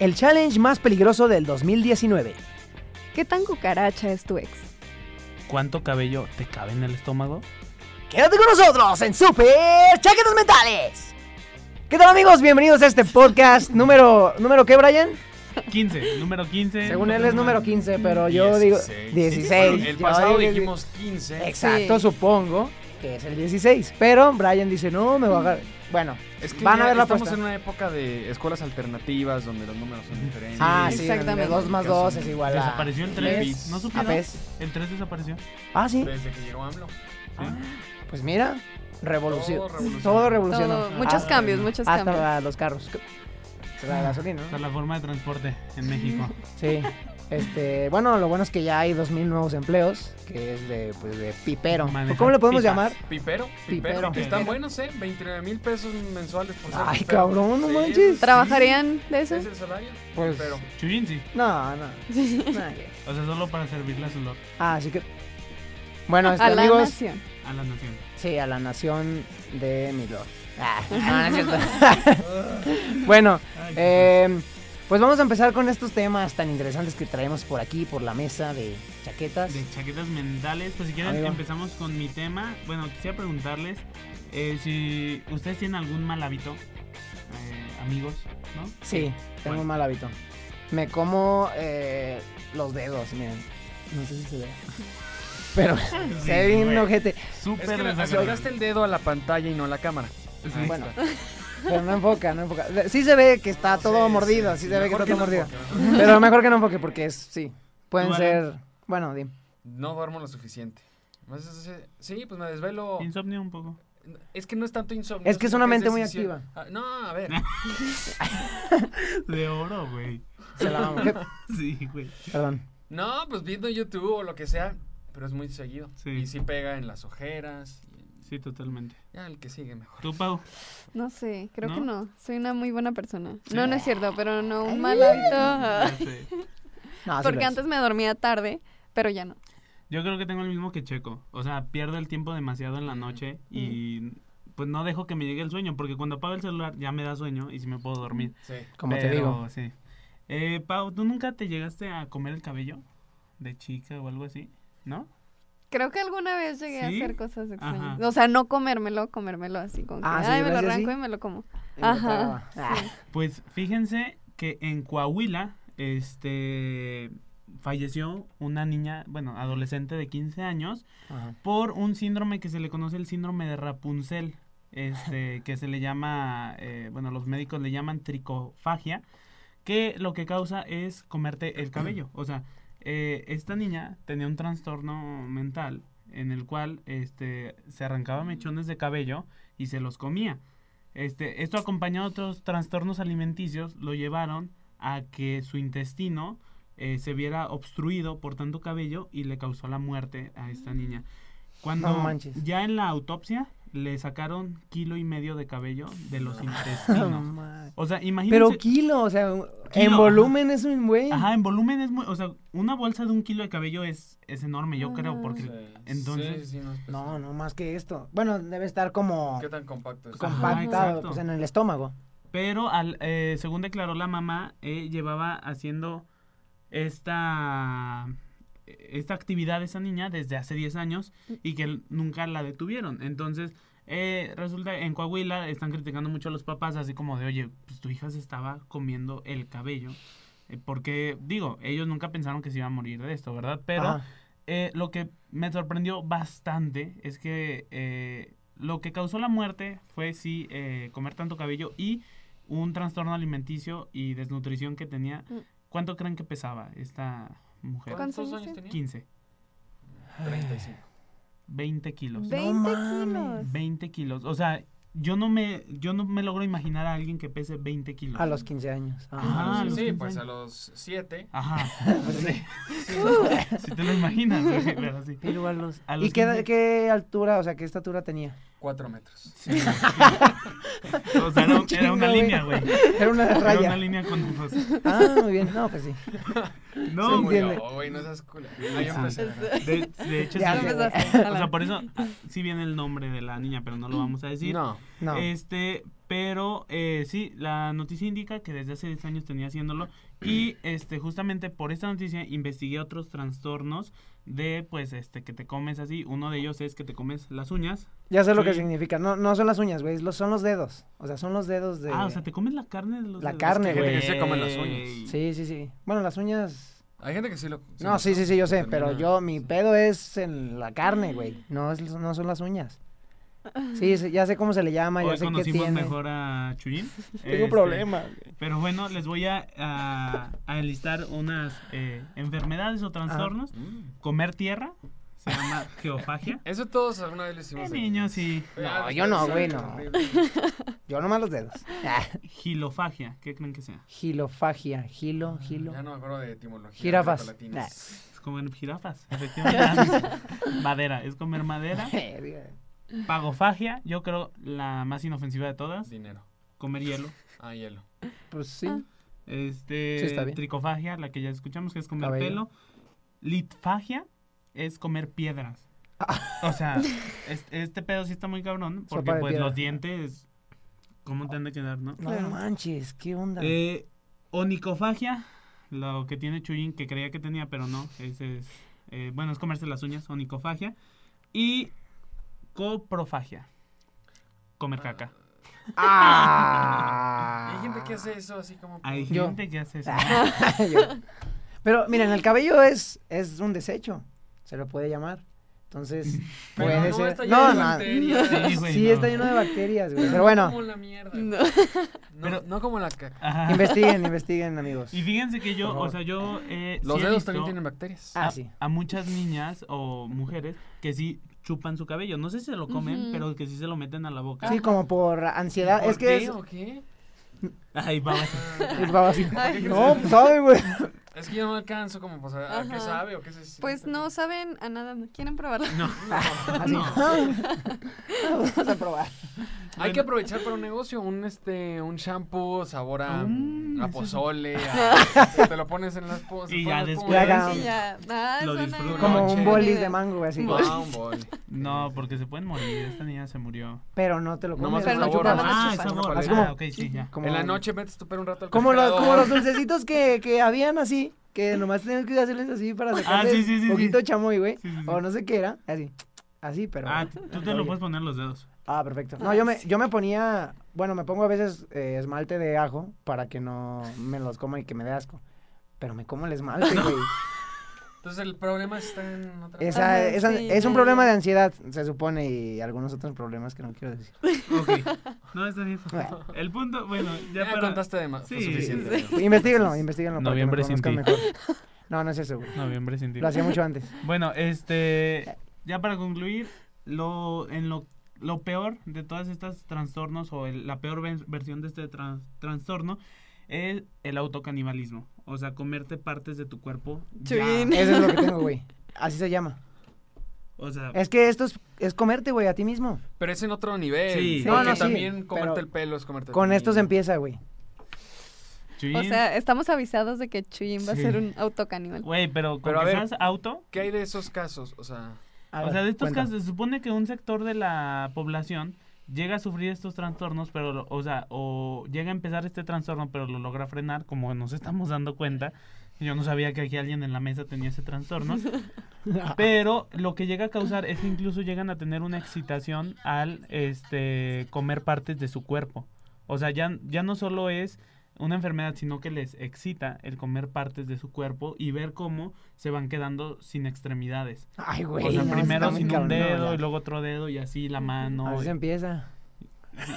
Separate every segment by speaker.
Speaker 1: El challenge más peligroso del 2019.
Speaker 2: ¿Qué tan cucaracha es tu ex?
Speaker 3: ¿Cuánto cabello te cabe en el estómago?
Speaker 1: Quédate con nosotros en Super Chaquetas Mentales. ¿Qué tal amigos? Bienvenidos a este podcast número... ¿Número qué, Brian?
Speaker 3: 15, número 15.
Speaker 1: Según él es número 15, pero yo digo 16.
Speaker 4: Bueno, el
Speaker 1: Yo
Speaker 4: pasado
Speaker 1: digo que-
Speaker 4: dijimos 15.
Speaker 1: Exacto,
Speaker 2: Sí.
Speaker 1: supongo que es el 16. Pero Brian dice, no, me va a... agarrar". Bueno,
Speaker 4: Es que
Speaker 1: van a
Speaker 4: ya
Speaker 1: ver la
Speaker 4: estamos
Speaker 1: apuesta.
Speaker 4: en una época de escuelas alternativas donde los números son diferentes.
Speaker 1: Ah, sí,
Speaker 2: Exactamente.
Speaker 1: de 2 más 2 es igual a...
Speaker 3: Desapareció el
Speaker 1: tres.
Speaker 3: 3. ¿No
Speaker 1: A
Speaker 3: supieron?
Speaker 1: pez.
Speaker 3: El 3 desapareció.
Speaker 1: Ah, sí.
Speaker 4: Desde que llegó AMLO.
Speaker 1: Pues mira, revolución.
Speaker 4: Todo revolucionó.
Speaker 1: Todo
Speaker 2: Todo,
Speaker 1: revolucionó.
Speaker 2: muchos
Speaker 1: Ah,
Speaker 2: cambios, muchos
Speaker 1: Hasta
Speaker 2: cambios.
Speaker 1: la- los carros. La gasolina,
Speaker 3: Hasta
Speaker 1: ¿no?
Speaker 3: la forma de transporte en México.
Speaker 1: Sí. Este, bueno, lo bueno es que ya hay 2000 nuevos empleos, que es de pues de pipero.
Speaker 3: Manejar
Speaker 1: ¿Cómo le podemos
Speaker 3: pipas.
Speaker 1: llamar?
Speaker 4: Pipero,
Speaker 1: Pipero.
Speaker 4: pipero. Están buenos, ¿eh? 29 mil pesos mensuales por ser
Speaker 1: Ay,
Speaker 4: pipero.
Speaker 1: cabrón, no
Speaker 4: Sí,
Speaker 1: manches.
Speaker 2: ¿Trabajarían de
Speaker 4: ¿Es
Speaker 2: eso?
Speaker 4: el salario?
Speaker 1: Pues-
Speaker 4: Pipero.
Speaker 3: Chuyinsi.
Speaker 1: No, no.
Speaker 2: Sí.
Speaker 1: nada que-
Speaker 3: O sea, solo para servirle a su lord,
Speaker 1: Ah, así que Bueno, este,
Speaker 2: A la
Speaker 1: amigos,
Speaker 2: nación.
Speaker 3: a la nación.
Speaker 1: sí, a la nación de mi lord. Ah, no, no es cierto. bueno,
Speaker 3: Ay,
Speaker 1: Eh, pues vamos a empezar con estos temas tan interesantes que traemos por aquí, por la mesa de chaquetas.
Speaker 3: De chaquetas mentales. Pues si quieren,
Speaker 1: Amigo.
Speaker 3: empezamos con mi tema. Bueno, quisiera preguntarles eh, si ustedes tienen algún mal hábito, eh, amigos, ¿no?
Speaker 1: Sí, tengo
Speaker 3: Bueno.
Speaker 1: un mal hábito. Me como eh, los dedos, miren. No sé si se ve. Pero se ve bien
Speaker 3: güey.
Speaker 1: ojete.
Speaker 4: Es
Speaker 3: Súper
Speaker 4: que le
Speaker 3: desagradable.
Speaker 4: acercaste el dedo a la pantalla y no a la cámara. Ahí
Speaker 1: Bueno,
Speaker 4: está.
Speaker 1: pero no enfoca, no enfoca. Sí se ve que está todo
Speaker 4: Sí,
Speaker 1: mordido,
Speaker 4: sí,
Speaker 1: sí, se ve que
Speaker 4: mejor
Speaker 1: está todo
Speaker 4: no
Speaker 1: mordido.
Speaker 4: enfoque, mejor.
Speaker 1: Pero mejor que no enfoque porque es, sí, pueden
Speaker 3: ¿Tú,
Speaker 1: ser...
Speaker 3: Alan?
Speaker 1: Bueno, dime.
Speaker 4: No duermo lo suficiente. Más es- es- Sí, pues me desvelo.
Speaker 3: Insomnio un poco.
Speaker 4: Es que no es tanto insomnio.
Speaker 1: Es que es una
Speaker 4: sino
Speaker 1: mente muy
Speaker 4: decisión.
Speaker 1: activa.
Speaker 4: Ah, No, a ver.
Speaker 3: De oro, güey.
Speaker 1: Se la vamos. ¿Qué?
Speaker 3: Sí, güey.
Speaker 1: Perdón.
Speaker 4: No, pues viendo YouTube o lo que sea, pero es muy seguido.
Speaker 3: Sí.
Speaker 4: Y sí pega en las ojeras. y
Speaker 3: Sí, totalmente.
Speaker 4: Ya el que sigue mejor.
Speaker 3: ¿Tú, Pau?
Speaker 2: No sé, creo
Speaker 3: ¿No?
Speaker 2: que no. Soy una muy buena persona. No, no es cierto, pero no, un mal hábito.
Speaker 3: No sé.
Speaker 1: No, sí Ah, lo
Speaker 2: Porque
Speaker 1: es.
Speaker 2: antes me dormía tarde, pero ya no.
Speaker 3: Yo creo que tengo el mismo que Checo. O sea, pierdo el tiempo demasiado en la noche y pues no dejo que me llegue el sueño, porque cuando apago el celular ya me da sueño y si me puedo dormir.
Speaker 4: Sí.
Speaker 1: Como te
Speaker 3: Pero,
Speaker 1: digo.
Speaker 3: Sí. Eh, Pau, ¿tú nunca te llegaste a comer el cabello de chica o algo así? ¿No?
Speaker 2: Creo que alguna vez llegué a
Speaker 3: ¿Sí?
Speaker 2: hacer cosas extrañas.
Speaker 3: Ajá.
Speaker 2: O sea, no comérmelo, comérmelo así como que,
Speaker 1: Ah, sí,
Speaker 2: ay, me lo
Speaker 1: gracias, sí.
Speaker 2: arranco y me lo como.
Speaker 1: Y
Speaker 2: Ajá.
Speaker 1: estaba- Ah.
Speaker 3: Pues fíjense que en Coahuila, este, falleció una niña, bueno, adolescente de 15 años
Speaker 1: Ajá.
Speaker 3: por un síndrome que se le conoce el síndrome de Rapunzel, este, que se le llama, eh, bueno, los médicos le llaman tricofagia, que lo que causa es comerte el cabello. O sea, eh, esta niña tenía un trastorno mental en el cual este, se arrancaba mechones de cabello y se los comía. Este, esto acompañado de otros trastornos alimenticios lo llevaron a que su intestino eh, se viera obstruido por tanto cabello y le causó la muerte a esta niña. Cuando
Speaker 1: No manches.
Speaker 3: ya en la autopsia le sacaron kilo y medio de cabello de los
Speaker 1: No
Speaker 3: intestinos.
Speaker 1: mames.
Speaker 3: O sea, imagínense.
Speaker 1: Pero kilo, o sea, en
Speaker 3: Kilo,
Speaker 1: volumen es un güey.
Speaker 3: Ajá, en volumen es muy, o sea, una bolsa de un kilo de cabello es, es enorme, yo creo,
Speaker 2: Ajá.
Speaker 3: porque
Speaker 4: Sí,
Speaker 3: entonces-
Speaker 4: sí, sí, no es pesado.
Speaker 1: No, no más que esto. Bueno, debe estar como
Speaker 4: ¿Qué tan compacto es?
Speaker 3: Ajá,
Speaker 1: compactado
Speaker 3: exacto.
Speaker 1: pues, en el estómago.
Speaker 3: Pero al, eh, según declaró la mamá, eh, llevaba haciendo esta, esta actividad de esa niña desde hace 10 años y que l- nunca la detuvieron. Entonces, eh, resulta en Coahuila están criticando mucho a los papás, así como de, oye, pues tu hija se estaba comiendo el cabello. Eh, Porque, digo, ellos nunca pensaron que se iba a morir de esto, ¿verdad? Pero
Speaker 1: Ajá.
Speaker 3: eh, lo que me sorprendió bastante es que eh, lo que causó la muerte fue sí eh, comer tanto cabello y un trastorno alimenticio y desnutrición que tenía.
Speaker 2: Mm.
Speaker 3: ¿Cuánto creen que pesaba esta mujer?
Speaker 4: ¿Cuántos
Speaker 2: ¿Cuántos
Speaker 4: años
Speaker 2: años
Speaker 4: tenía?
Speaker 3: 15,
Speaker 4: 35.
Speaker 3: 20 kilos.
Speaker 2: 20
Speaker 1: mames.
Speaker 2: kilos.
Speaker 3: 20 kilos. O sea, yo no me yo no me logro imaginar a alguien que pese 20 kilos.
Speaker 1: A los 15 años.
Speaker 3: Ajá. Ah,
Speaker 4: sí,
Speaker 3: los
Speaker 4: sí,
Speaker 3: 15
Speaker 4: pues a
Speaker 3: años.
Speaker 4: los 7.
Speaker 3: Ajá. si te lo imaginas, güey, pero sí.
Speaker 1: Pero a los-
Speaker 3: A los
Speaker 1: ¿Y qué,
Speaker 3: 15.
Speaker 1: qué altura, o sea, qué estatura tenía?
Speaker 4: 4 metros.
Speaker 3: Sí, sí. O sea, era, era una
Speaker 1: Chingo, güey.
Speaker 3: línea, güey.
Speaker 1: Era una
Speaker 3: Era
Speaker 1: raya.
Speaker 3: una línea con ojos.
Speaker 1: Ah, muy bien. No, pues sí.
Speaker 3: No,
Speaker 1: Se
Speaker 3: güey.
Speaker 1: entiende.
Speaker 4: murió, güey, no seas cool. Ahí
Speaker 3: Sí.
Speaker 4: empecé. ¿verdad?
Speaker 3: De, de hecho,
Speaker 1: Ya
Speaker 3: sí.
Speaker 1: sé,
Speaker 2: empezaste,
Speaker 3: O sea,
Speaker 2: Alan.
Speaker 3: por eso ah, sí viene el nombre de la niña, pero no lo vamos a decir.
Speaker 4: No.
Speaker 1: No.
Speaker 3: Este, Pero eh, sí, la noticia indica que desde hace 10 años tenía haciéndolo y este justamente por esta noticia investigué otros trastornos de pues este que te comes así. Uno de ellos es que te comes las uñas.
Speaker 1: Ya sé lo que
Speaker 3: Sí.
Speaker 1: significa. No, no son las uñas, güey. lo- Son los dedos. O sea, son los dedos de.
Speaker 3: Ah, o sea, te comes la carne de los
Speaker 1: La
Speaker 3: dedos.
Speaker 1: carne,
Speaker 4: Gente que se come las
Speaker 3: Güey.
Speaker 4: uñas.
Speaker 1: Sí, sí, sí. Bueno, las uñas.
Speaker 4: Hay gente que sí lo.
Speaker 1: No,
Speaker 4: lo
Speaker 1: sí, sí, sí, yo sé.
Speaker 4: termina-
Speaker 1: Pero yo, mi pedo es en la carne, güey. No, es, no son las uñas. Sí, sí, ya sé cómo se le llama, ya
Speaker 3: Hoy
Speaker 1: sé qué
Speaker 3: conocimos
Speaker 1: tiene.
Speaker 3: mejor a Chuyín.
Speaker 1: Tengo
Speaker 3: Este,
Speaker 1: problema. güey.
Speaker 3: Pero bueno, les voy a, a, a enlistar unas eh, enfermedades o trastornos.
Speaker 4: Mm.
Speaker 3: Comer tierra, se llama geofagia.
Speaker 4: Eso todos alguna vez lo hicimos.
Speaker 3: Eh,
Speaker 4: aquí.
Speaker 3: niños sí.
Speaker 4: Ah,
Speaker 1: No,
Speaker 4: los
Speaker 1: yo no,
Speaker 4: dedos
Speaker 1: güey,
Speaker 4: son
Speaker 1: no.
Speaker 4: horribles.
Speaker 1: Yo nomás los dedos. Ah,
Speaker 3: Gilofagia, ¿qué creen que sea?
Speaker 1: gilofagia. Gilo,
Speaker 3: Ah,
Speaker 1: gilo.
Speaker 4: Ya no me acuerdo de etimología.
Speaker 1: Jirafas.
Speaker 4: grecolatinas.
Speaker 3: Es comer jirafas, efectivamente. madera, es comer madera. Pagofagia, yo creo la más inofensiva de todas.
Speaker 4: Dinero.
Speaker 3: Comer hielo.
Speaker 4: Ah, hielo.
Speaker 1: Pues sí.
Speaker 3: Este,
Speaker 1: Sí, está bien.
Speaker 3: tricofagia, la que ya escuchamos, que es comer
Speaker 1: Cabello.
Speaker 3: pelo. Litfagia es comer piedras. O sea, es- este pedo sí está muy cabrón, porque
Speaker 1: Ah. Sopa de
Speaker 3: pues
Speaker 1: piedra.
Speaker 3: los dientes, ¿cómo te han de quedar, no?
Speaker 1: No manches, qué onda.
Speaker 3: Eh, onicofagia, lo que tiene Chuyin, que creía que tenía, pero no. Ese es, eh, bueno, es comerse las uñas, onicofagia. Y coprofagia, comer caca.
Speaker 1: Ah.
Speaker 4: Hay gente que hace eso así como.
Speaker 3: Hay
Speaker 1: Yo. Ah.
Speaker 3: gente que hace eso.
Speaker 1: Yo- Pero miren, el cabello es, es un desecho, se lo puede llamar. Entonces,
Speaker 4: Pero
Speaker 1: puede
Speaker 4: no,
Speaker 1: ser.
Speaker 4: está lleno
Speaker 1: no,
Speaker 4: de
Speaker 1: no.
Speaker 4: bacterias.
Speaker 3: Sí, güey,
Speaker 1: Sí,
Speaker 3: no.
Speaker 1: está lleno de bacterias, güey.
Speaker 4: Pero
Speaker 1: Pero bueno,
Speaker 4: No como la mierda. güey.
Speaker 2: No.
Speaker 4: No,
Speaker 3: Pero-
Speaker 4: no como la caca.
Speaker 3: Ajá.
Speaker 1: investiguen, investiguen, amigos.
Speaker 3: Y fíjense que yo,
Speaker 1: Por
Speaker 3: o
Speaker 1: favor.
Speaker 3: sea, yo. eh,
Speaker 4: Los
Speaker 3: sí he
Speaker 4: dedos
Speaker 3: visto
Speaker 4: también tienen bacterias.
Speaker 1: Ah,
Speaker 3: a,
Speaker 1: sí.
Speaker 3: a muchas niñas o mujeres que sí chupan su cabello. No sé si se lo comen,
Speaker 2: Ujú.
Speaker 3: pero que sí se lo meten a la boca.
Speaker 1: Sí, como por ansiedad.
Speaker 4: ¿Por
Speaker 1: Es que
Speaker 4: qué
Speaker 1: es.
Speaker 4: o qué?
Speaker 3: Ay, vamos.
Speaker 1: es babas-
Speaker 2: Ay.
Speaker 1: No, pues, sabe, güey.
Speaker 4: Es que yo no alcanzo como pues, a, a qué
Speaker 2: Ajá.
Speaker 4: sabe o qué se
Speaker 2: Pues
Speaker 4: siente.
Speaker 2: no saben a nada, no quieren probarla.
Speaker 3: No.
Speaker 1: Así. ah,
Speaker 3: No.
Speaker 1: Vamos a probar.
Speaker 4: Hay que aprovechar para un negocio, un este, un shampoo sabor a,
Speaker 3: Mm, eso
Speaker 4: a
Speaker 3: sí.
Speaker 4: pozole, a- te lo pones en las pozas.
Speaker 3: Y ya después-
Speaker 1: Ya,
Speaker 2: Sí, ya. Ah,
Speaker 3: Lo
Speaker 2: suena
Speaker 3: disfrutan.
Speaker 1: Como
Speaker 4: Noche.
Speaker 1: un bolis de mango, güey, así.
Speaker 4: Ah, un bol.
Speaker 3: No, porque se pueden morir. Esta niña se murió.
Speaker 1: Pero no te lo
Speaker 4: Nomás
Speaker 1: comes.
Speaker 4: el
Speaker 1: lo
Speaker 4: sabor,
Speaker 1: chupas.
Speaker 4: nomás.
Speaker 3: Ah,
Speaker 2: chupan.
Speaker 3: es sabor.
Speaker 4: Así
Speaker 1: como-
Speaker 3: Ah, ok, sí, ya.
Speaker 1: Como-
Speaker 4: En la noche metes tu pelo un rato al
Speaker 1: Como los, como los
Speaker 4: congelador.
Speaker 1: dulcecitos que, que habían así, que nomás tenías que hacerles así para sacarle
Speaker 3: Ah, sí, sí, sí,
Speaker 1: poquito
Speaker 3: sí.
Speaker 1: chamoy, güey.
Speaker 3: Sí, sí, sí.
Speaker 1: O no sé qué era, así. Así, pero.
Speaker 3: Ah, tú te lo puedes poner en los dedos.
Speaker 1: Ah, perfecto. No,
Speaker 2: Ah,
Speaker 1: yo me,
Speaker 2: sí.
Speaker 1: yo me ponía, bueno, me pongo a veces eh, esmalte de ajo para que no me los coma y que me dé asco. Pero me como el esmalte, güey.
Speaker 4: Entonces el problema está en otra
Speaker 1: Esa,
Speaker 2: Ajá,
Speaker 1: esa-
Speaker 2: sí,
Speaker 1: es un
Speaker 2: ya,
Speaker 1: problema
Speaker 2: ya.
Speaker 1: de ansiedad, se supone, y algunos otros problemas que no quiero decir.
Speaker 3: Ok. No, está bien. El punto, bueno, ya
Speaker 4: Ya,
Speaker 3: para.
Speaker 4: contaste de más. fue
Speaker 3: Sí.
Speaker 4: suficiente.
Speaker 1: Investíguenlo, investíguenlo para que me
Speaker 3: Noviembre sin
Speaker 1: conozcan
Speaker 3: ti.
Speaker 1: mejor. No, no es eso, güey.
Speaker 3: Noviembre sin ti.
Speaker 1: Lo hacía mucho antes.
Speaker 3: Bueno, este, ya para concluir, lo, en lo, lo peor de todas estas trastornos o el- la peor ven- versión de este tran- trastorno es el autocanibalismo. O sea, comerte partes de tu cuerpo. ya.
Speaker 2: Chuyin.
Speaker 1: Eso es lo que tengo, güey. Así se llama.
Speaker 3: O sea,
Speaker 1: Es que esto es, es comerte, güey, a ti mismo.
Speaker 4: Pero es en otro nivel.
Speaker 3: Sí.
Speaker 1: No,
Speaker 4: porque
Speaker 1: no, sí,
Speaker 4: también comerte
Speaker 1: pero
Speaker 4: el pelo es comerte. a ti
Speaker 1: Con esto se
Speaker 4: mismo.
Speaker 1: empieza, güey.
Speaker 3: Chuyin,
Speaker 2: O sea, estamos avisados de que Chuyin va a
Speaker 3: Sí.
Speaker 2: ser un autocaníbal.
Speaker 3: Güey, pero, pero
Speaker 4: Pero a ver.
Speaker 3: auto.
Speaker 4: ¿Qué hay de esos casos? O sea,
Speaker 1: A
Speaker 3: o
Speaker 1: ver,
Speaker 3: sea, de estos
Speaker 1: cuenta.
Speaker 3: casos, se supone que un sector de la población llega a sufrir estos trastornos, pero, lo- o sea, o llega a empezar este trastorno, pero lo logra frenar, como nos estamos dando cuenta. Yo no sabía que aquí alguien en la mesa tenía ese trastorno. Pero lo que llega a causar es que incluso llegan a tener una excitación al este comer partes de su cuerpo. O sea, ya, ya no solo es una enfermedad, sino que les excita el comer partes de su cuerpo y ver cómo se van quedando sin extremidades.
Speaker 1: Ay, güey.
Speaker 3: o sea,
Speaker 1: no,
Speaker 3: primero
Speaker 1: está muy
Speaker 3: sin un
Speaker 1: cabrón,
Speaker 3: dedo
Speaker 1: no,
Speaker 3: y
Speaker 1: ya.
Speaker 3: luego otro dedo y así la mano.
Speaker 1: Así se
Speaker 3: Y,
Speaker 1: empieza.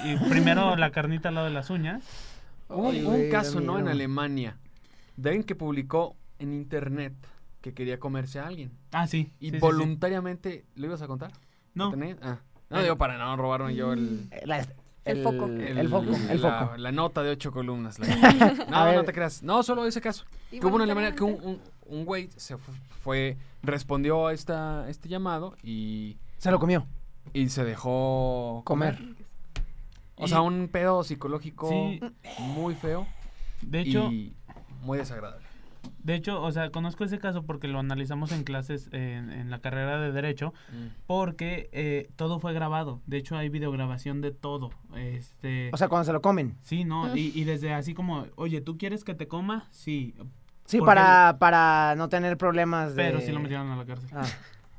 Speaker 3: y primero la carnita al lado de las uñas.
Speaker 4: hubo
Speaker 1: Ay,
Speaker 4: un
Speaker 1: güey,
Speaker 4: caso,
Speaker 1: da
Speaker 4: ¿no? En
Speaker 1: miedo.
Speaker 4: Alemania. De alguien que publicó en internet que quería comerse a alguien.
Speaker 3: Ah, sí.
Speaker 4: Y
Speaker 3: sí, sí, sí.
Speaker 4: voluntariamente, ¿lo ibas a contar? ¿Lo
Speaker 3: No,
Speaker 4: tenías? Ah. No, digo, para no robaron yo el...
Speaker 1: Eh, la- el,
Speaker 2: El foco.
Speaker 1: El, foco, el
Speaker 4: la,
Speaker 1: foco.
Speaker 4: la nota de ocho columnas. la neta.
Speaker 1: A
Speaker 4: no,
Speaker 1: ver.
Speaker 4: no te creas. No, solo ese caso.
Speaker 2: Y
Speaker 4: Que hubo una Alemania que un,
Speaker 2: voluntariamente.
Speaker 4: un, un güey se fu- fue, respondió a esta, este llamado y,
Speaker 1: Se lo comió.
Speaker 4: y se dejó
Speaker 1: Comer.
Speaker 4: O sea, un pedo psicológico
Speaker 3: Sí.
Speaker 4: muy feo
Speaker 3: de hecho,
Speaker 4: y muy desagradable.
Speaker 3: De hecho, o sea, conozco ese caso porque lo analizamos en clases eh, en, en la carrera de Derecho, porque eh, todo fue grabado. De hecho, hay videograbación de todo. Este,
Speaker 1: O sea, cuando se lo comen.
Speaker 3: sí, ¿no? Y, y desde así como, oye, ¿tú quieres que te coma? Sí,
Speaker 1: Sí,
Speaker 3: Porque-
Speaker 1: para, para no tener problemas de...
Speaker 3: pero sí lo metieron a la cárcel.
Speaker 1: Ah.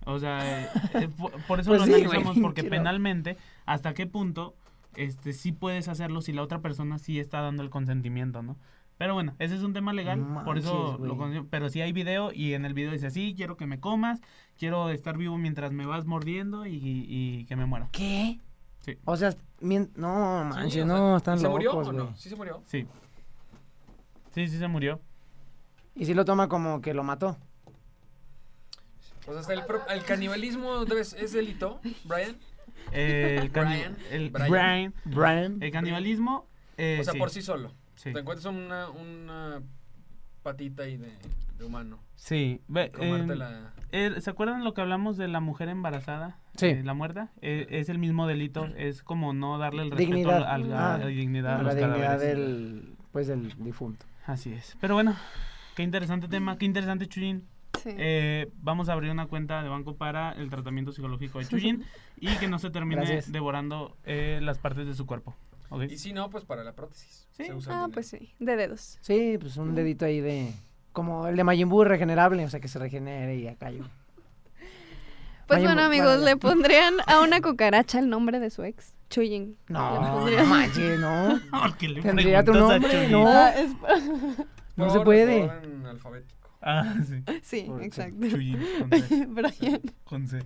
Speaker 3: O sea, eh, eh, po- por, eso
Speaker 1: Pues
Speaker 3: lo
Speaker 1: sí, güey,
Speaker 3: analizamos, porque
Speaker 1: quiero-
Speaker 3: penalmente, ¿hasta qué punto este sí puedes hacerlo si la otra persona sí está dando el consentimiento, no? Pero bueno, ese es un tema legal,
Speaker 1: No
Speaker 3: por eso
Speaker 1: manches,
Speaker 3: lo
Speaker 1: güey.
Speaker 3: con- Pero sí hay video y en el video dice, sí, quiero que me comas, quiero estar vivo mientras me vas mordiendo y, y que me muera.
Speaker 1: ¿Qué?
Speaker 3: Sí.
Speaker 1: O sea, mien- no,
Speaker 4: Sí,
Speaker 1: manches,
Speaker 4: o sea,
Speaker 1: no, están
Speaker 4: ¿Se
Speaker 1: locos,
Speaker 4: murió o
Speaker 1: güey.
Speaker 4: no? ¿Sí se murió?
Speaker 3: Sí. Sí, sí se murió.
Speaker 1: Y si lo toma como que lo mató.
Speaker 4: O sea, hasta el, pro- el canibalismo otra vez, es delito, Brian.
Speaker 3: El, cani-
Speaker 4: Brian,
Speaker 3: el
Speaker 4: Brian.
Speaker 3: Brian,
Speaker 1: Brian.
Speaker 3: el canibalismo... eh,
Speaker 4: O sea,
Speaker 3: sí,
Speaker 4: por sí solo.
Speaker 3: sí.
Speaker 4: Te encuentras una, una patita ahí de, de humano.
Speaker 3: Sí, ve, em,
Speaker 4: Comértela.
Speaker 3: Eh, ¿Se acuerdan lo que hablamos de la mujer embarazada?
Speaker 1: Sí.
Speaker 3: Eh, la muerta. Eh, es el mismo delito. Es como no darle el respeto
Speaker 1: Dignidad.
Speaker 3: al- al- a
Speaker 1: Ah,
Speaker 3: la dignidad a
Speaker 1: la
Speaker 3: los
Speaker 1: dignidad
Speaker 3: cadáveres.
Speaker 1: del, pues, del difunto.
Speaker 3: Así es. Pero bueno, qué interesante tema. Qué interesante, Chuyin.
Speaker 2: Sí.
Speaker 3: Eh, vamos a abrir una cuenta de banco para el tratamiento psicológico de Chuyin y que no se termine
Speaker 1: Gracias.
Speaker 3: devorando eh, las partes de su cuerpo. ¿ok?
Speaker 4: Y si no, pues para la prótesis.
Speaker 3: Sí.
Speaker 4: Se usa el
Speaker 2: ah,
Speaker 4: dedo.
Speaker 2: pues sí, de dedos.
Speaker 1: Sí, pues
Speaker 2: Mm.
Speaker 1: un dedito ahí de... Como el de Majin Buu regenerable, o sea, que se regenere y acá yo.
Speaker 2: Pues
Speaker 1: Vaya,
Speaker 2: bueno,
Speaker 1: bu-
Speaker 2: amigos,
Speaker 1: vaya.
Speaker 2: le pondrían a una cucaracha el nombre de su ex, Chuyin. Le
Speaker 1: No,
Speaker 2: pondrían-
Speaker 1: no manches, no.
Speaker 3: ¿Por qué le
Speaker 1: Tendría tu
Speaker 3: preguntas a
Speaker 1: nombre,
Speaker 3: Chuyin?
Speaker 1: ¿no?
Speaker 2: Ah, es-
Speaker 1: No se
Speaker 4: Por favor,
Speaker 1: puede.
Speaker 4: por favor, en alfabético.
Speaker 3: Ah, sí.
Speaker 2: sí,
Speaker 1: Por-
Speaker 2: exacto.
Speaker 3: Chuyin, con C,
Speaker 2: Brian.
Speaker 3: con C.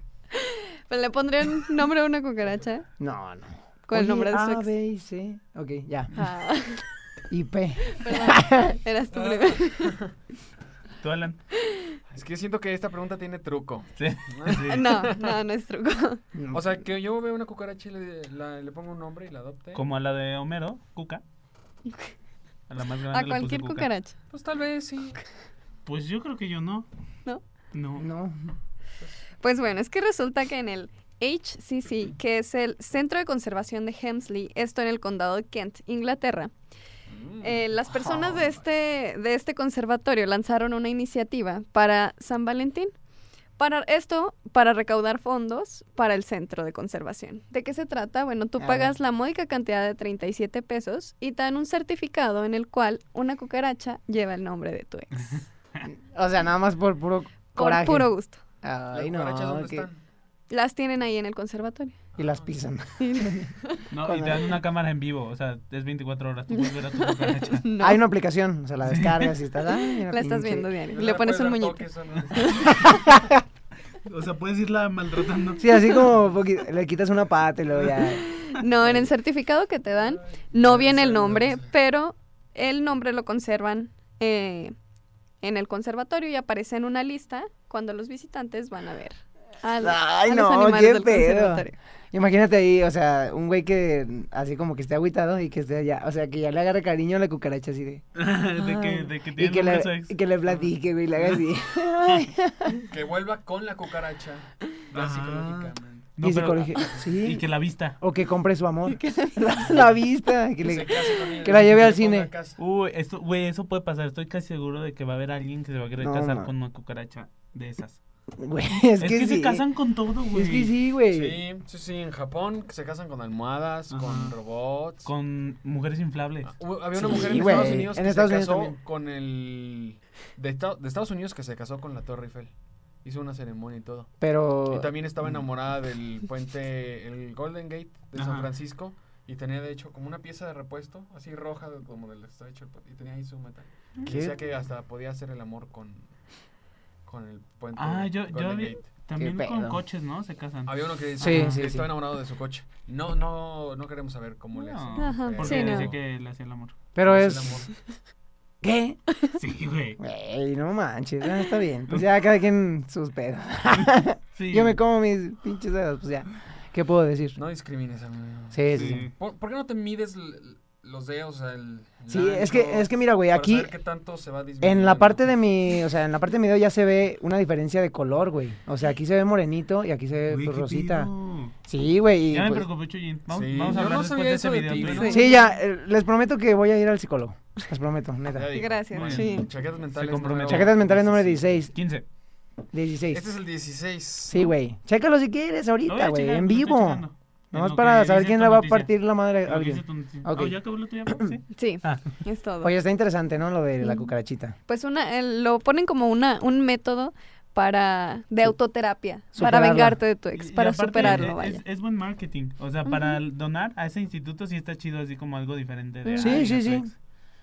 Speaker 2: Pues le pondrían nombre a una cucaracha
Speaker 1: No, no.
Speaker 2: con
Speaker 1: Oye,
Speaker 2: el
Speaker 1: ah,
Speaker 2: nombre de su
Speaker 1: A,
Speaker 2: ex.
Speaker 1: B y C. Ok, ya.
Speaker 2: Ah,
Speaker 1: Y P.
Speaker 2: perdón, eras tu primer.
Speaker 3: ¿Tú, Alan?
Speaker 4: Es que siento que esta pregunta tiene truco.
Speaker 3: Sí. Sí.
Speaker 2: No, no, no es truco.
Speaker 4: O sea, que yo veo una cucaracha y le, la- le pongo un nombre y la adopte.
Speaker 3: Como a la de Homero, Cuca. A la más grande
Speaker 2: A
Speaker 3: le puse
Speaker 2: cualquier
Speaker 3: Cuca.
Speaker 2: cucaracha.
Speaker 4: Pues tal vez sí.
Speaker 3: Pues yo creo que yo no.
Speaker 2: ¿No?
Speaker 3: No.
Speaker 1: No.
Speaker 2: Pues bueno, es que resulta que en el HCC, que es el Centro de Conservación de Hemsley, esto en el condado de Kent, Inglaterra,
Speaker 4: Mm.
Speaker 2: eh, las personas de
Speaker 1: Ay.
Speaker 2: este, de este conservatorio lanzaron una iniciativa para San Valentín. Para esto, para recaudar fondos para el centro de conservación. ¿De qué se trata? Bueno, tú
Speaker 1: A
Speaker 2: pagas
Speaker 1: ver.
Speaker 2: la módica cantidad de 37 pesos y te dan un certificado en el cual una cucaracha lleva el nombre de tu ex.
Speaker 1: O sea, nada más por puro
Speaker 2: Por
Speaker 1: coraje.
Speaker 2: puro gusto.
Speaker 4: ¿Las
Speaker 1: Ay,
Speaker 4: cucarachas
Speaker 1: no.
Speaker 4: dónde
Speaker 1: que-
Speaker 4: están?
Speaker 2: Las tienen ahí en el conservatorio.
Speaker 1: Y las pisan.
Speaker 3: No, y te dan una cámara en vivo. O sea, es 24 horas. Tú puedes ver a tu cucaracha.
Speaker 2: No.
Speaker 1: Hay una aplicación, o sea, la descargas y estás. ay, mira,
Speaker 2: La estás
Speaker 1: pinche.
Speaker 2: viendo diario.
Speaker 4: No
Speaker 2: Le pones
Speaker 4: puedes
Speaker 2: un
Speaker 4: dar
Speaker 2: muñeco.
Speaker 4: toques, son-
Speaker 3: O sea, puedes irla maltratando.
Speaker 1: Sí, así como poqui- le quitas una pata y luego ya.
Speaker 2: No, en el certificado que te dan no viene el nombre, pero el nombre lo conservan eh, en el conservatorio y aparece en una lista cuando los visitantes van a ver. A, la-
Speaker 1: Ay,
Speaker 2: a
Speaker 1: no,
Speaker 2: los animales
Speaker 1: qué
Speaker 2: del
Speaker 1: pedo.
Speaker 2: conservatorio.
Speaker 1: Imagínate ahí, o sea, un güey que así como que esté agüitado y que esté allá. O sea, que ya le agarre cariño a la cucaracha así de.
Speaker 3: de
Speaker 2: Ah.
Speaker 3: que, de que
Speaker 1: Y
Speaker 3: tienen
Speaker 1: que,
Speaker 3: un
Speaker 1: le,
Speaker 3: beso ex.
Speaker 1: y que le platique, güey, y le haga así. Ay.
Speaker 4: Que vuelva con la cucaracha.
Speaker 3: Ah.
Speaker 4: La psicológicamente.
Speaker 3: No,
Speaker 1: y
Speaker 3: pero- ah,
Speaker 1: psicología- Sí.
Speaker 3: y que la vista.
Speaker 1: O que compre su amor. la, la vista. Que
Speaker 4: Que, se
Speaker 1: le...
Speaker 4: case con ella,
Speaker 1: que la lleve al
Speaker 4: le ponga
Speaker 1: cine.
Speaker 4: casa.
Speaker 3: Uy, esto, güey, eso puede pasar. Estoy casi seguro de que va a haber alguien que se va a querer
Speaker 1: No,
Speaker 3: casar
Speaker 1: ma.
Speaker 3: con una cucaracha de esas.
Speaker 1: Güey, es,
Speaker 3: Es, que,
Speaker 1: sí.
Speaker 3: se casan con todo, güey.
Speaker 1: Es que sí, güey.
Speaker 4: Sí, sí, sí. En Japón que se casan con almohadas,
Speaker 3: Ajá.
Speaker 4: con robots.
Speaker 3: Con mujeres inflables.
Speaker 4: Ah, hubo- Había una
Speaker 1: Sí,
Speaker 4: mujer en
Speaker 1: güey,
Speaker 4: Estados Unidos
Speaker 1: en
Speaker 4: que
Speaker 1: Estados
Speaker 4: se
Speaker 1: Unidos
Speaker 4: casó
Speaker 1: también.
Speaker 4: con el. De, Esta- de Estados Unidos que se casó con la Torre Eiffel. Hizo una ceremonia y todo. Y
Speaker 1: Pero.
Speaker 4: también estaba enamorada del puente, el Golden Gate de
Speaker 3: Ajá.
Speaker 4: San Francisco. Y tenía de hecho como una pieza de repuesto, así roja, de- como del estrecho. Y tenía ahí su metal. Y
Speaker 1: ¿Qué?
Speaker 4: Decía que hasta podía hacer el amor con, con el puente.
Speaker 3: Ah,
Speaker 4: del
Speaker 3: yo- yo
Speaker 4: Golden
Speaker 3: vi-
Speaker 4: Gate.
Speaker 3: También con
Speaker 1: pedo.
Speaker 3: coches, ¿no? Se casan.
Speaker 4: Había uno que
Speaker 1: Sí,
Speaker 4: decía
Speaker 1: sí, sí.
Speaker 4: que estaba enamorado de su coche. No, no, no queremos saber cómo le hace.
Speaker 3: No,
Speaker 2: Ajá,
Speaker 3: Porque
Speaker 2: Sí, no.
Speaker 3: decía que le hacía el amor.
Speaker 1: Pero
Speaker 4: el
Speaker 1: es.
Speaker 4: amor.
Speaker 1: ¿Qué?
Speaker 3: Sí, güey.
Speaker 1: Güey, no manches. ah, está bien. Pues ya cada quien sus pedos.
Speaker 3: Sí.
Speaker 1: Yo me como mis pinches dedos, pues ya. ¿Qué puedo decir?
Speaker 4: No discrimines, amigo.
Speaker 1: Sí, sí,
Speaker 3: Sí.
Speaker 1: sí.
Speaker 4: ¿Por, por qué no te mides l- l- los dedos, o sea, el. el
Speaker 1: Sí, es que,
Speaker 4: ancho,
Speaker 1: es que mira, güey,
Speaker 4: para
Speaker 1: aquí
Speaker 4: saber qué tanto se va disminuyendo.
Speaker 1: en la parte de mi, o sea, en la parte de mi dedo ya se ve una diferencia de color, güey. O sea, aquí se ve morenito y aquí se ve
Speaker 3: Uy,
Speaker 1: pues,
Speaker 3: qué
Speaker 1: rosita.
Speaker 3: pido.
Speaker 1: Sí, güey. y,
Speaker 3: Ya me
Speaker 1: pues,
Speaker 3: preocupé, Chuyín. Vamos,
Speaker 4: Sí.
Speaker 3: vamos a
Speaker 4: Yo
Speaker 3: hablar
Speaker 4: no
Speaker 3: después
Speaker 4: sabía
Speaker 3: de
Speaker 4: eso
Speaker 3: ese
Speaker 4: de
Speaker 3: video.
Speaker 4: ti,
Speaker 3: tuyo.
Speaker 2: güey.
Speaker 1: sí, ya, eh, les prometo que voy a ir al psicólogo. Les prometo,
Speaker 4: Ya
Speaker 1: neta.
Speaker 4: dijo.
Speaker 2: Gracias,
Speaker 4: Muy
Speaker 2: sí.
Speaker 4: bien. Chaquetas mentales.
Speaker 3: compromete.
Speaker 4: número-
Speaker 1: Chaquetas
Speaker 3: Este
Speaker 1: mentales número 16.
Speaker 3: 15.
Speaker 1: 16.
Speaker 4: Este es el 16.
Speaker 1: Sí, güey. Chécalo si quieres
Speaker 3: Lo voy a
Speaker 1: ahorita, güey.
Speaker 3: checar,
Speaker 1: En
Speaker 3: lo estoy
Speaker 1: vivo.
Speaker 3: checando. En
Speaker 1: Nomás
Speaker 3: lo
Speaker 1: para
Speaker 3: que
Speaker 1: saber
Speaker 3: dice
Speaker 1: quién
Speaker 3: tu
Speaker 1: le va a
Speaker 3: noticia.
Speaker 1: partir la madre
Speaker 3: En
Speaker 1: a
Speaker 3: lo que dice
Speaker 1: alguien.
Speaker 3: tu noticia.
Speaker 1: Ok.
Speaker 3: Ah, ¿ya acabó la tuya? Sí.
Speaker 2: Sí,
Speaker 3: Ah.
Speaker 2: es todo.
Speaker 1: Oye, está interesante, ¿no? Lo de la
Speaker 2: Mm.
Speaker 1: cucarachita.
Speaker 2: Pues una, el- lo ponen como una, un método para de autoterapia,
Speaker 1: Superarla.
Speaker 2: para vengarte de tu
Speaker 3: Y-
Speaker 2: ex,
Speaker 3: y
Speaker 2: para
Speaker 3: aparte,
Speaker 2: superarlo,
Speaker 3: es-
Speaker 2: vaya.
Speaker 3: Es, es buen marketing. O sea, para donar a ese instituto sí está chido, así como algo diferente. De,
Speaker 1: Sí,
Speaker 3: ay,
Speaker 1: sí,
Speaker 3: las
Speaker 1: sí.
Speaker 3: ex.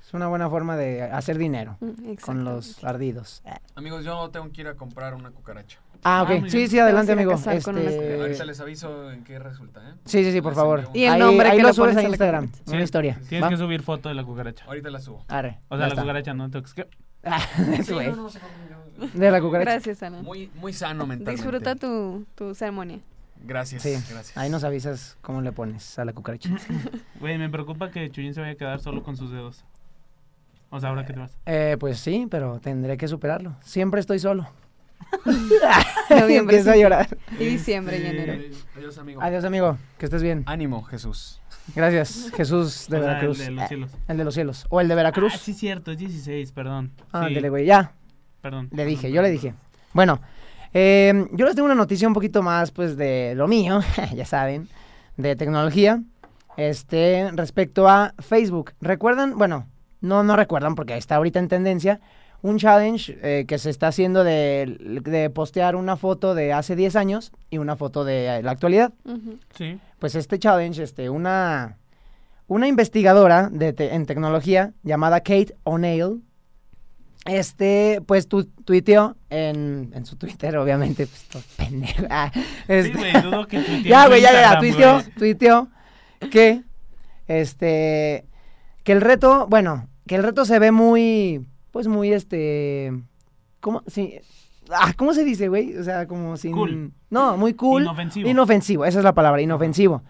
Speaker 1: Es una buena forma de hacer dinero
Speaker 2: Mm, exacto.
Speaker 1: con los ardidos.
Speaker 4: Amigos, yo tengo que ir a comprar una cucaracha.
Speaker 1: Ah,
Speaker 3: Eh. Ah,
Speaker 1: ok.
Speaker 3: muy
Speaker 1: Sí,
Speaker 3: bien.
Speaker 1: sí, adelante,
Speaker 2: Te vas a ir a
Speaker 1: amigo.
Speaker 2: casar con una
Speaker 1: Este,
Speaker 4: Ahorita les aviso en qué resulta, ¿eh?
Speaker 1: Sí, sí, sí, por
Speaker 4: les
Speaker 1: favor.
Speaker 4: envío un-
Speaker 2: Y el
Speaker 1: Ahí-
Speaker 2: nombre
Speaker 1: ahí
Speaker 2: que
Speaker 1: lo
Speaker 2: le
Speaker 1: subes
Speaker 2: pones
Speaker 1: a
Speaker 2: a la
Speaker 1: Instagram.
Speaker 2: cucaracha.
Speaker 1: Una historia.
Speaker 3: Tienes
Speaker 1: ¿va?
Speaker 3: que subir foto de la cucaracha.
Speaker 4: Ahorita la subo.
Speaker 1: Arre,
Speaker 3: O
Speaker 1: ya
Speaker 3: sea, la
Speaker 1: está.
Speaker 3: cucaracha no te
Speaker 4: Sí,
Speaker 1: Güey.
Speaker 4: no, no, se preocupen, yo-
Speaker 1: De la cucaracha.
Speaker 2: Gracias, Alan.
Speaker 4: Muy, muy sano mentalmente.
Speaker 2: Disfruta tu, tu ceremonia.
Speaker 4: Gracias,
Speaker 1: Sí,
Speaker 4: gracias.
Speaker 1: ahí nos avisas cómo le pones a la cucaracha.
Speaker 3: Güey, me preocupa que Chuyín se vaya a quedar solo con sus dedos. O sea, ahora que te vas.
Speaker 1: Eh, pues sí, pero tendré que superarlo. Siempre estoy solo. y
Speaker 2: Noviembre,
Speaker 1: empiezo a
Speaker 2: sí.
Speaker 1: llorar.
Speaker 2: Y diciembre y
Speaker 1: Este,
Speaker 2: enero.
Speaker 4: Eh, Adiós, amigo.
Speaker 1: Adiós, amigo. Que estés bien.
Speaker 4: Ánimo, Jesús.
Speaker 1: Gracias, Jesús de
Speaker 3: O sea,
Speaker 1: Veracruz. Ah,
Speaker 3: el de los cielos.
Speaker 1: El de los cielos. O el de Veracruz.
Speaker 3: Ah, sí, cierto, es 16, perdón.
Speaker 1: Ah,
Speaker 3: sí,
Speaker 1: ándele, güey. Ya,
Speaker 3: perdón.
Speaker 1: le
Speaker 3: perdón,
Speaker 1: dije, yo
Speaker 3: perdón,
Speaker 1: le dije. Bueno, eh, yo les tengo una noticia un poquito más, pues, de lo mío, ya saben, de tecnología, este, respecto a Facebook. ¿Recuerdan? Bueno, no, no recuerdan porque está ahorita en tendencia un challenge eh, que se está haciendo de, de postear una foto de hace 10 años y una foto de eh, la actualidad
Speaker 2: Ujú.
Speaker 3: Sí.
Speaker 1: pues este challenge, este, una, una investigadora de te- en tecnología llamada Kate O'Neill, este, pues tu, tuiteó en, en su Twitter, obviamente, pues todo pendejo. ah,
Speaker 3: Sí,
Speaker 1: este,
Speaker 3: güey, dudo que tuitee
Speaker 1: ya,
Speaker 3: en
Speaker 1: güey, ya, ya, ya,
Speaker 3: Instagram,
Speaker 1: tuiteó,
Speaker 3: güey.
Speaker 1: tuiteó que, este, que el reto, bueno, que el reto se ve muy, pues muy, este, ¿cómo? Sí, ah, ¿cómo se dice, güey? O sea, como sin...
Speaker 3: Cool.
Speaker 1: No, muy cool.
Speaker 3: Inofensivo.
Speaker 1: Inofensivo, esa es la palabra, inofensivo.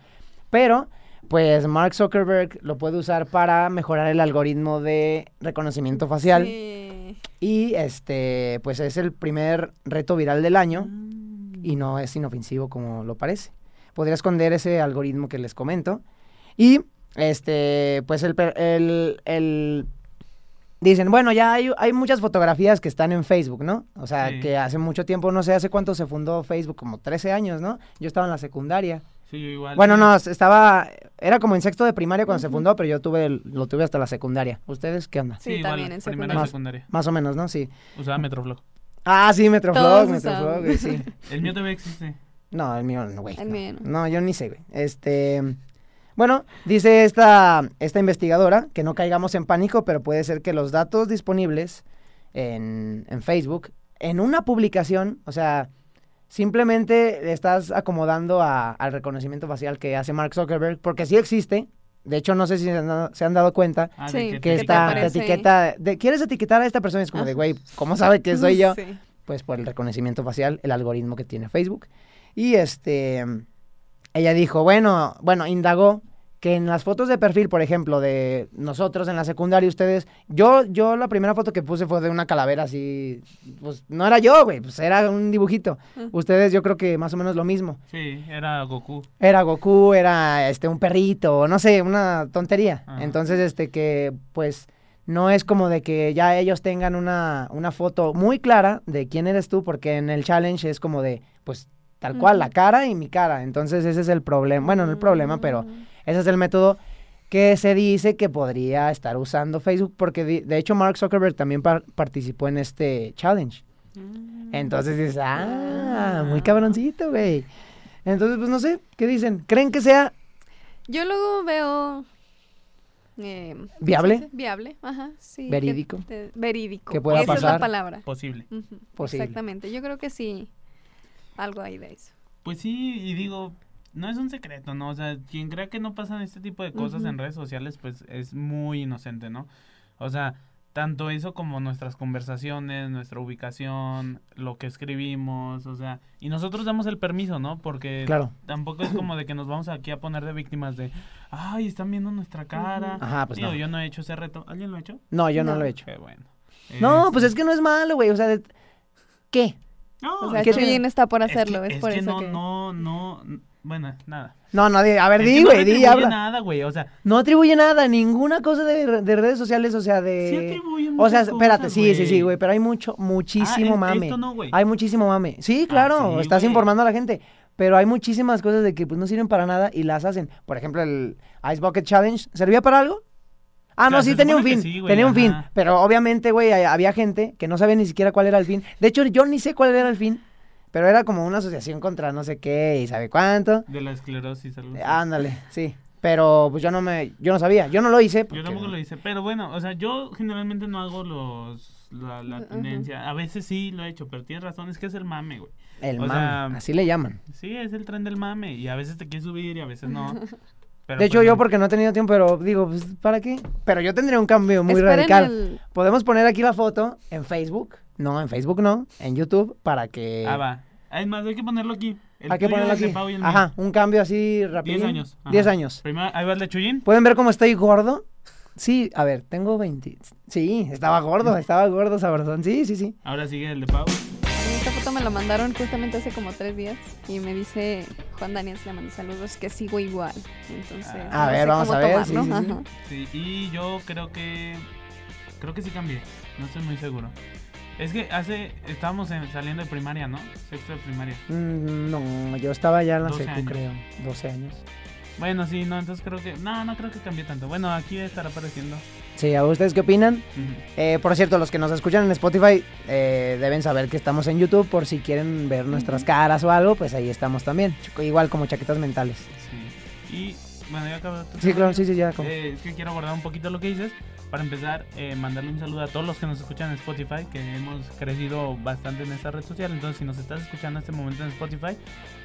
Speaker 1: Pero, pues Mark Zuckerberg lo puede usar para mejorar el algoritmo de reconocimiento facial.
Speaker 2: Sí.
Speaker 1: Y este, pues es el primer reto viral del año
Speaker 3: Mm.
Speaker 1: y no es inofensivo como lo parece. Podría esconder ese algoritmo que les comento. Y, este, pues el... per- el- el- dicen, bueno, ya hay, hay muchas fotografías que están en Facebook, ¿no? O sea,
Speaker 3: Sí.
Speaker 1: que hace mucho tiempo, no sé, hace cuánto se fundó Facebook, como 13 años, ¿no? Yo estaba en la secundaria.
Speaker 3: Sí, yo igual.
Speaker 1: Bueno, no, s- estaba, era como en sexto de primaria cuando se fundó, pero yo tuve, el- lo tuve hasta la secundaria. ¿Ustedes qué onda?
Speaker 2: Sí,
Speaker 3: igual,
Speaker 2: también en
Speaker 3: primera
Speaker 1: secundaria.
Speaker 3: secundaria.
Speaker 1: Más o menos, ¿no? Sí.
Speaker 3: Usaba Metroflog.
Speaker 1: Ah, sí, Metroflog,
Speaker 2: Todos
Speaker 1: Metroflog,
Speaker 2: usamos.
Speaker 1: güey, sí.
Speaker 3: El mío todavía existe.
Speaker 1: No, el mío no, güey.
Speaker 2: El
Speaker 1: no.
Speaker 2: mío no.
Speaker 1: No, yo ni sé, güey. Este, bueno, dice esta, esta investigadora que no caigamos en pánico, pero puede ser que los datos disponibles en, en Facebook, en una publicación, o sea, simplemente le estás acomodando a- al reconocimiento facial que hace Mark Zuckerberg, porque sí existe. De hecho, no sé si se han dado, se han dado cuenta
Speaker 3: Ah,
Speaker 2: Sí,
Speaker 3: de
Speaker 1: que
Speaker 3: te
Speaker 1: está te
Speaker 3: etiquetan.
Speaker 2: aparece.
Speaker 1: etiqueta de, ¿quieres etiquetar a esta persona? Y es como de,
Speaker 2: Ajá.
Speaker 1: güey, ¿cómo sabe que soy yo?
Speaker 2: Sí.
Speaker 1: pues por el reconocimiento facial, el algoritmo que tiene Facebook. Y este, ella dijo, bueno, bueno, indagó que en las fotos de perfil, por ejemplo, de nosotros en la secundaria, ustedes, yo, yo la primera foto que puse fue de una calavera así, pues no era yo, güey, pues era un dibujito.
Speaker 2: Ujú.
Speaker 1: Ustedes, yo creo que más o menos lo mismo.
Speaker 3: Sí, era Goku.
Speaker 1: Era Goku, era este un perrito, no sé, una tontería.
Speaker 3: Ajá.
Speaker 1: Entonces, este que pues no es como de que ya ellos tengan una, una foto muy clara de quién eres tú, porque en el challenge es como de, pues, tal cual, la
Speaker 2: Ujú.
Speaker 1: cara y mi cara. Entonces, ese es el problema. Bueno, no el
Speaker 2: Mm.
Speaker 1: problema, pero ese es el método que se dice que podría estar usando Facebook, porque di- de hecho Mark Zuckerberg también par- participó en este challenge.
Speaker 2: Mm.
Speaker 1: Entonces dices, ah, muy cabroncito, güey. Entonces, pues no sé, ¿qué dicen? ¿Creen que sea
Speaker 2: Yo luego veo... eh, ¿cómo se
Speaker 1: ¿Viable?
Speaker 2: dice? Viable, ajá, sí. que
Speaker 1: Verídico.
Speaker 2: te- verídico.
Speaker 1: Que pueda
Speaker 2: Esa es
Speaker 1: pasar.
Speaker 2: la palabra.
Speaker 3: Posible.
Speaker 2: Ujú,
Speaker 1: Posible.
Speaker 2: Exactamente. Yo creo que sí. Algo ahí de eso.
Speaker 3: Pues sí, y digo, no es un secreto, ¿no? O sea, quien crea que no pasan este tipo de cosas
Speaker 2: Ujú.
Speaker 3: en redes sociales, pues es muy inocente, ¿no? O sea, Tanto eso como nuestras conversaciones, nuestra ubicación, lo que escribimos, o sea, y nosotros damos el permiso, ¿no? Porque
Speaker 1: Claro.
Speaker 3: tampoco es como de que nos vamos aquí a poner de víctimas de, ay, están viendo nuestra cara.
Speaker 1: Ajá, pues
Speaker 3: Digo,
Speaker 1: no.
Speaker 3: yo no he hecho ese reto. ¿Alguien lo ha hecho?
Speaker 1: No, yo no,
Speaker 2: No.
Speaker 1: lo he hecho.
Speaker 3: Qué bueno. Este,
Speaker 1: No, pues es que no es malo, güey. O sea, de- ¿qué?
Speaker 3: No,
Speaker 2: O sea,
Speaker 1: ¿Qué te-
Speaker 2: Chuyín está por
Speaker 3: es que-
Speaker 2: hacerlo, es,
Speaker 3: es
Speaker 2: por
Speaker 3: que
Speaker 2: eso
Speaker 3: no,
Speaker 2: que...
Speaker 3: no, no, n- bueno, nada.
Speaker 1: No, no, di- a ver,
Speaker 3: Es que
Speaker 1: di,
Speaker 3: no
Speaker 1: güey, di,
Speaker 3: retribuye
Speaker 1: habla.
Speaker 3: nada, güey, o sea,
Speaker 1: No atribuye nada, ninguna cosa de, de redes sociales, o sea,
Speaker 3: sí
Speaker 1: de...
Speaker 3: atribuye
Speaker 1: Eh, o sea,
Speaker 3: muchas
Speaker 1: espérate,
Speaker 3: cosas,
Speaker 1: sí, sí, sí, güey, pero hay mucho, muchísimo
Speaker 3: Ah, es-
Speaker 1: mame.
Speaker 3: esto no, güey.
Speaker 1: hay muchísimo mame. Sí,
Speaker 3: Ah,
Speaker 1: claro,
Speaker 3: sí,
Speaker 1: estás
Speaker 3: güey.
Speaker 1: informando a la gente, pero hay muchísimas cosas de que pues no sirven para nada y las hacen. Por ejemplo, el Ice Bucket Challenge, ¿servía para algo? Ah,
Speaker 3: O sea,
Speaker 1: no, sí
Speaker 3: se
Speaker 1: tenía un
Speaker 3: supone que
Speaker 1: fin,
Speaker 3: sí, güey,
Speaker 1: tenía un fin,
Speaker 3: ajá.
Speaker 1: pero obviamente, güey, hay- había gente que no sabía ni siquiera cuál era el fin. De hecho, yo ni sé cuál era el fin, pero era como una asociación contra no sé qué y sabe cuánto.
Speaker 3: De la esclerosis, algo
Speaker 1: Eh,
Speaker 3: así.
Speaker 1: Ándale, sí. Pero pues yo no me, yo no sabía, yo no lo hice.
Speaker 3: Yo
Speaker 1: porque-
Speaker 3: tampoco lo hice, pero bueno, o sea, yo generalmente no hago los la, la
Speaker 2: Ajá.
Speaker 3: tendencia. A veces sí lo he hecho, pero tienes razón, es que es el mame, güey.
Speaker 1: El
Speaker 3: o
Speaker 1: mame,
Speaker 3: sea,
Speaker 1: así le llaman.
Speaker 3: Sí, es el tren del mame y a veces te quieres subir y a veces no. Pero
Speaker 1: de hecho,
Speaker 3: pues,
Speaker 1: yo
Speaker 3: no.
Speaker 1: porque no he tenido tiempo, pero digo, pues, ¿para qué? Pero yo tendría un cambio muy
Speaker 2: Esperen
Speaker 1: radical.
Speaker 2: el-
Speaker 1: Podemos poner aquí la foto en Facebook. No, en Facebook no, en YouTube para que.
Speaker 3: Ah, va. Es más, hay que ponerlo aquí. El
Speaker 1: Hay que
Speaker 3: tuyo,
Speaker 1: ponerlo
Speaker 3: el de
Speaker 1: aquí.
Speaker 3: Pau y el mío.
Speaker 1: Ajá, un cambio así rápido.
Speaker 3: Diez años. ajá.
Speaker 1: 10 años.
Speaker 3: Primero, ahí va el de Chuyín.
Speaker 1: ¿Pueden ver cómo estoy gordo? Sí, a ver, tengo 20. Sí, estaba
Speaker 3: Mm.
Speaker 1: gordo, estaba gordo, sabrosón. Sí, sí, sí.
Speaker 3: Ahora sigue el de Pau.
Speaker 2: Esta foto me la mandaron justamente hace como tres días y me dice Juan Daniel se le manda saludos que sigo igual. Entonces,
Speaker 3: A
Speaker 2: no
Speaker 1: ver,
Speaker 2: sé
Speaker 1: vamos
Speaker 2: cómo
Speaker 1: Ah. a ver,
Speaker 2: tomarlo,
Speaker 1: sí, sí, sí.
Speaker 2: ajá.
Speaker 3: Sí, y yo creo que. Creo que sí cambié. No estoy muy seguro. Es que hace. Estábamos en- saliendo de primaria, ¿no? Sexto de primaria.
Speaker 1: Mm, no, yo estaba ya en la
Speaker 3: 12
Speaker 1: secu,
Speaker 3: años.
Speaker 1: creo. 12 años.
Speaker 3: Bueno, sí, no, entonces creo que. No, no creo que cambié tanto. Bueno, aquí estará apareciendo.
Speaker 1: Sí, ¿a ustedes qué opinan?
Speaker 3: Ujú.
Speaker 1: Eh, por cierto, los que nos escuchan en Spotify eh, deben saber que estamos en YouTube por si quieren ver nuestras caras o algo, pues ahí estamos también. Ch- Igual como chaquetas mentales.
Speaker 3: Sí. Y bueno, ya acabo.
Speaker 1: Sí, claro, sí, sí, ya. como-
Speaker 3: Eh, es que quiero abordar un poquito lo que dices. Para empezar, eh, mandarle un saludo a todos los que nos escuchan en Spotify, que hemos crecido bastante en esta red social. Entonces, si nos estás escuchando en este momento en Spotify,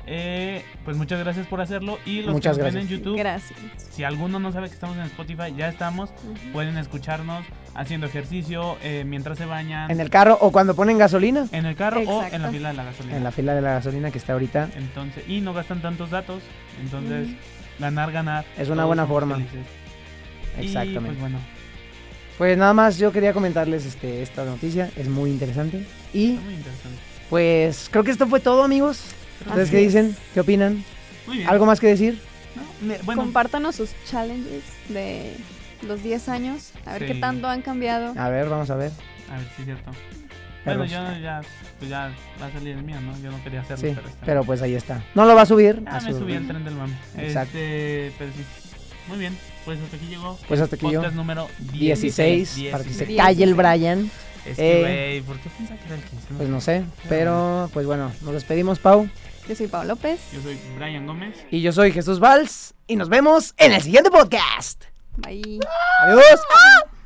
Speaker 3: eh, pues muchas gracias por hacerlo. Y los
Speaker 1: Muchas
Speaker 3: que nos ven en
Speaker 1: gracias.
Speaker 3: YouTube,
Speaker 2: Gracias.
Speaker 3: si alguno no sabe que estamos en Spotify, ya estamos.
Speaker 2: Ujú.
Speaker 3: Pueden escucharnos haciendo ejercicio, eh, mientras se bañan,
Speaker 1: En el carro o cuando ponen gasolina.
Speaker 3: en el carro o
Speaker 2: Exacto.
Speaker 3: en la fila de la gasolina.
Speaker 1: En la fila de la gasolina que está ahorita.
Speaker 3: Entonces, y no gastan tantos datos. Entonces,
Speaker 2: Ujú.
Speaker 3: ganar, ganar.
Speaker 1: Es una
Speaker 3: Todos
Speaker 1: buena
Speaker 3: somos
Speaker 1: forma.
Speaker 3: felices. Y,
Speaker 1: Exactamente.
Speaker 3: pues bueno,
Speaker 1: Pues nada más yo quería comentarles este, esta noticia, es muy interesante. Y
Speaker 3: está muy interesante.
Speaker 1: pues creo que esto fue todo amigos. ¿Ustedes
Speaker 2: Así
Speaker 1: qué
Speaker 2: es.
Speaker 1: dicen? ¿Qué opinan?
Speaker 3: Muy bien.
Speaker 1: ¿Algo más que decir?
Speaker 3: No, me- bueno,
Speaker 2: Compártanos sus challenges de los 10 años, a ver
Speaker 3: Sí.
Speaker 2: qué tanto han cambiado.
Speaker 1: A ver, vamos a ver.
Speaker 3: a ver si es cierto.
Speaker 1: Pero
Speaker 3: Bueno,
Speaker 1: sí.
Speaker 3: yo no- ya, pues ya va a salir el mío, ¿no? Yo no quería hacerlo,
Speaker 1: Sí,
Speaker 3: pero está
Speaker 1: pero pues ahí está. No lo va a subir.
Speaker 3: bien.
Speaker 1: a
Speaker 3: Ah, me
Speaker 1: su-
Speaker 3: subí al tren del mame.
Speaker 1: Exacto.
Speaker 3: Este, pero sí. Muy bien, pues hasta aquí llegó.
Speaker 1: Pues hasta aquí yo.
Speaker 3: Podcast número
Speaker 1: 16,
Speaker 3: 16.
Speaker 1: para que se
Speaker 2: 16.
Speaker 1: calle el Brian.
Speaker 3: Es que,
Speaker 1: Eh,
Speaker 3: güey, ¿por qué piensas que era el 15?
Speaker 1: Pues no sé, pero pues bueno, nos despedimos, Pau.
Speaker 2: Yo soy Pau López.
Speaker 3: Yo soy Brian Gómez.
Speaker 1: Y yo soy Jesús Valls y nos vemos en el siguiente podcast.
Speaker 2: Bye.
Speaker 1: Adiós. ¡Ah!